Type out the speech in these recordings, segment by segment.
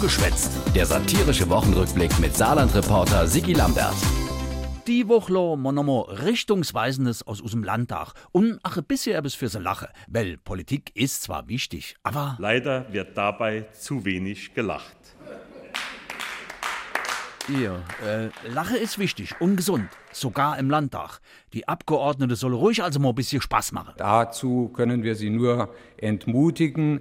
Geschwätzt. Der satirische Wochenrückblick mit Saarland-Reporter Sigi Lambert. Die Woche lang man nochmal Richtungsweisendes aus unserem Landtag. Und ach, ein bisschen etwas für sie lache. Weil Politik ist zwar wichtig, aber Leider wird dabei zu wenig gelacht. ihr, äh, Lache ist wichtig und gesund. Sogar im Landtag. Die Abgeordnete soll ruhig also mal ein bisschen Spaß machen. Dazu können wir Sie nur entmutigen.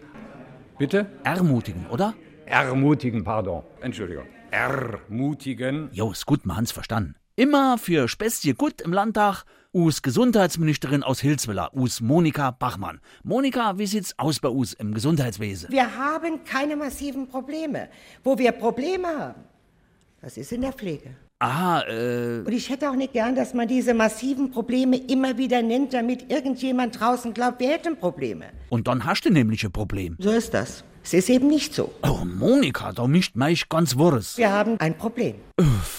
Bitte? Ermutigen, oder? Ermutigen, pardon. Entschuldigung. Ermutigen. Jo, ist gut, man hat's verstanden. Immer für Spestie gut im Landtag, us Gesundheitsministerin aus Hilswiller, us Monika Bachmann. Monika, wie sieht's aus bei us im Gesundheitswesen? Wir haben keine massiven Probleme. Wo wir Probleme haben, das ist in der Pflege. Ah, äh, Und ich hätte auch nicht gern, dass man diese massiven Probleme immer wieder nennt, damit irgendjemand draußen glaubt, wir hätten Probleme. und dann hast du nämlich ein Problem. So ist das. Es ist eben nicht so. Oh, Monika, da mischt mich ganz wurres. Wir haben ein Problem.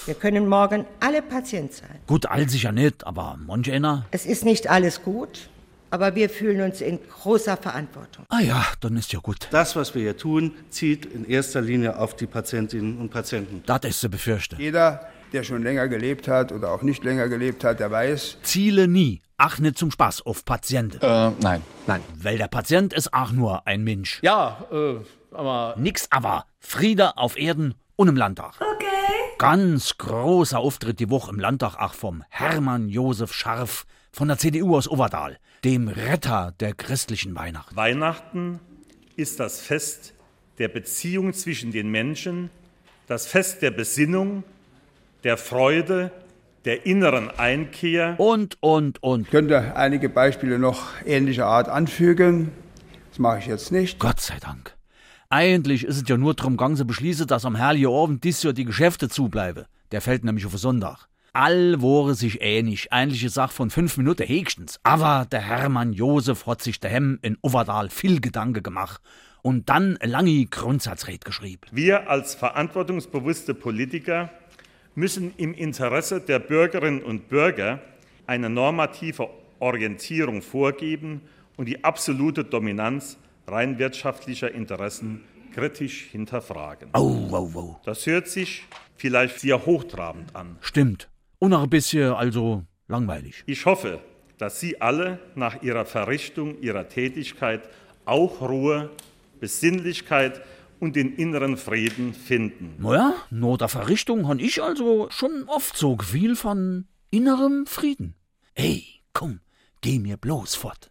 Wir können morgen alle Patient sein. Gut, all sicher nicht, aber manch einer. Es ist nicht alles gut, aber wir fühlen uns in großer Verantwortung. Ah ja, dann ist ja gut. Das, was wir hier tun, zielt in erster Linie auf die Patientinnen und Patienten. Das ist zu befürchten. Jeder, der schon länger gelebt hat oder auch nicht länger gelebt hat, der weiß, Ziele nie. Ach, nicht zum Spaß auf Patienten. Äh, nein. Nein. Weil der Patient ist auch nur ein Mensch. Ja, äh, aber Nix aber. Friede auf Erden und im Landtag. Okay. Ganz großer Auftritt die Woche im Landtag auch vom Hermann Josef Scharf von der CDU aus Overdal, dem Retter der christlichen Weihnacht. Weihnachten ist das Fest der Beziehung zwischen den Menschen, das Fest der Besinnung, der Freude, der inneren Einkehr. Und, und, und. ich könnte einige Beispiele noch ähnlicher Art anfügen. Das mache ich jetzt nicht. Gott sei Dank. Eigentlich ist es ja nur drum ganze beschließe, dass am herrlichen Abend dies Jahr die Geschäfte zubleibe. Der fällt nämlich auf den Sonntag. All wore sich ähnlich, eigentlich eine Sache von fünf Minuten höchstens. Aber der Hermann Josef hat sich daheim in Overdal viel Gedanke gemacht und dann eine lange Grundsatzred geschrieben. Wir als verantwortungsbewusste Politiker müssen im Interesse der Bürgerinnen und Bürger eine normative Orientierung vorgeben und die absolute Dominanz rein wirtschaftlicher Interessen kritisch hinterfragen. Oh, wow, wow. Das hört sich vielleicht sehr hochtrabend an. Stimmt. Und noch ein bisschen, also langweilig. Ich hoffe, dass Sie alle nach Ihrer Verrichtung Ihrer Tätigkeit auch Ruhe, Besinnlichkeit und den inneren Frieden finden. Naja, nur der Verrichtung han ich also schon oft so gefühl von innerem Frieden. Ey, komm, geh mir bloß fort.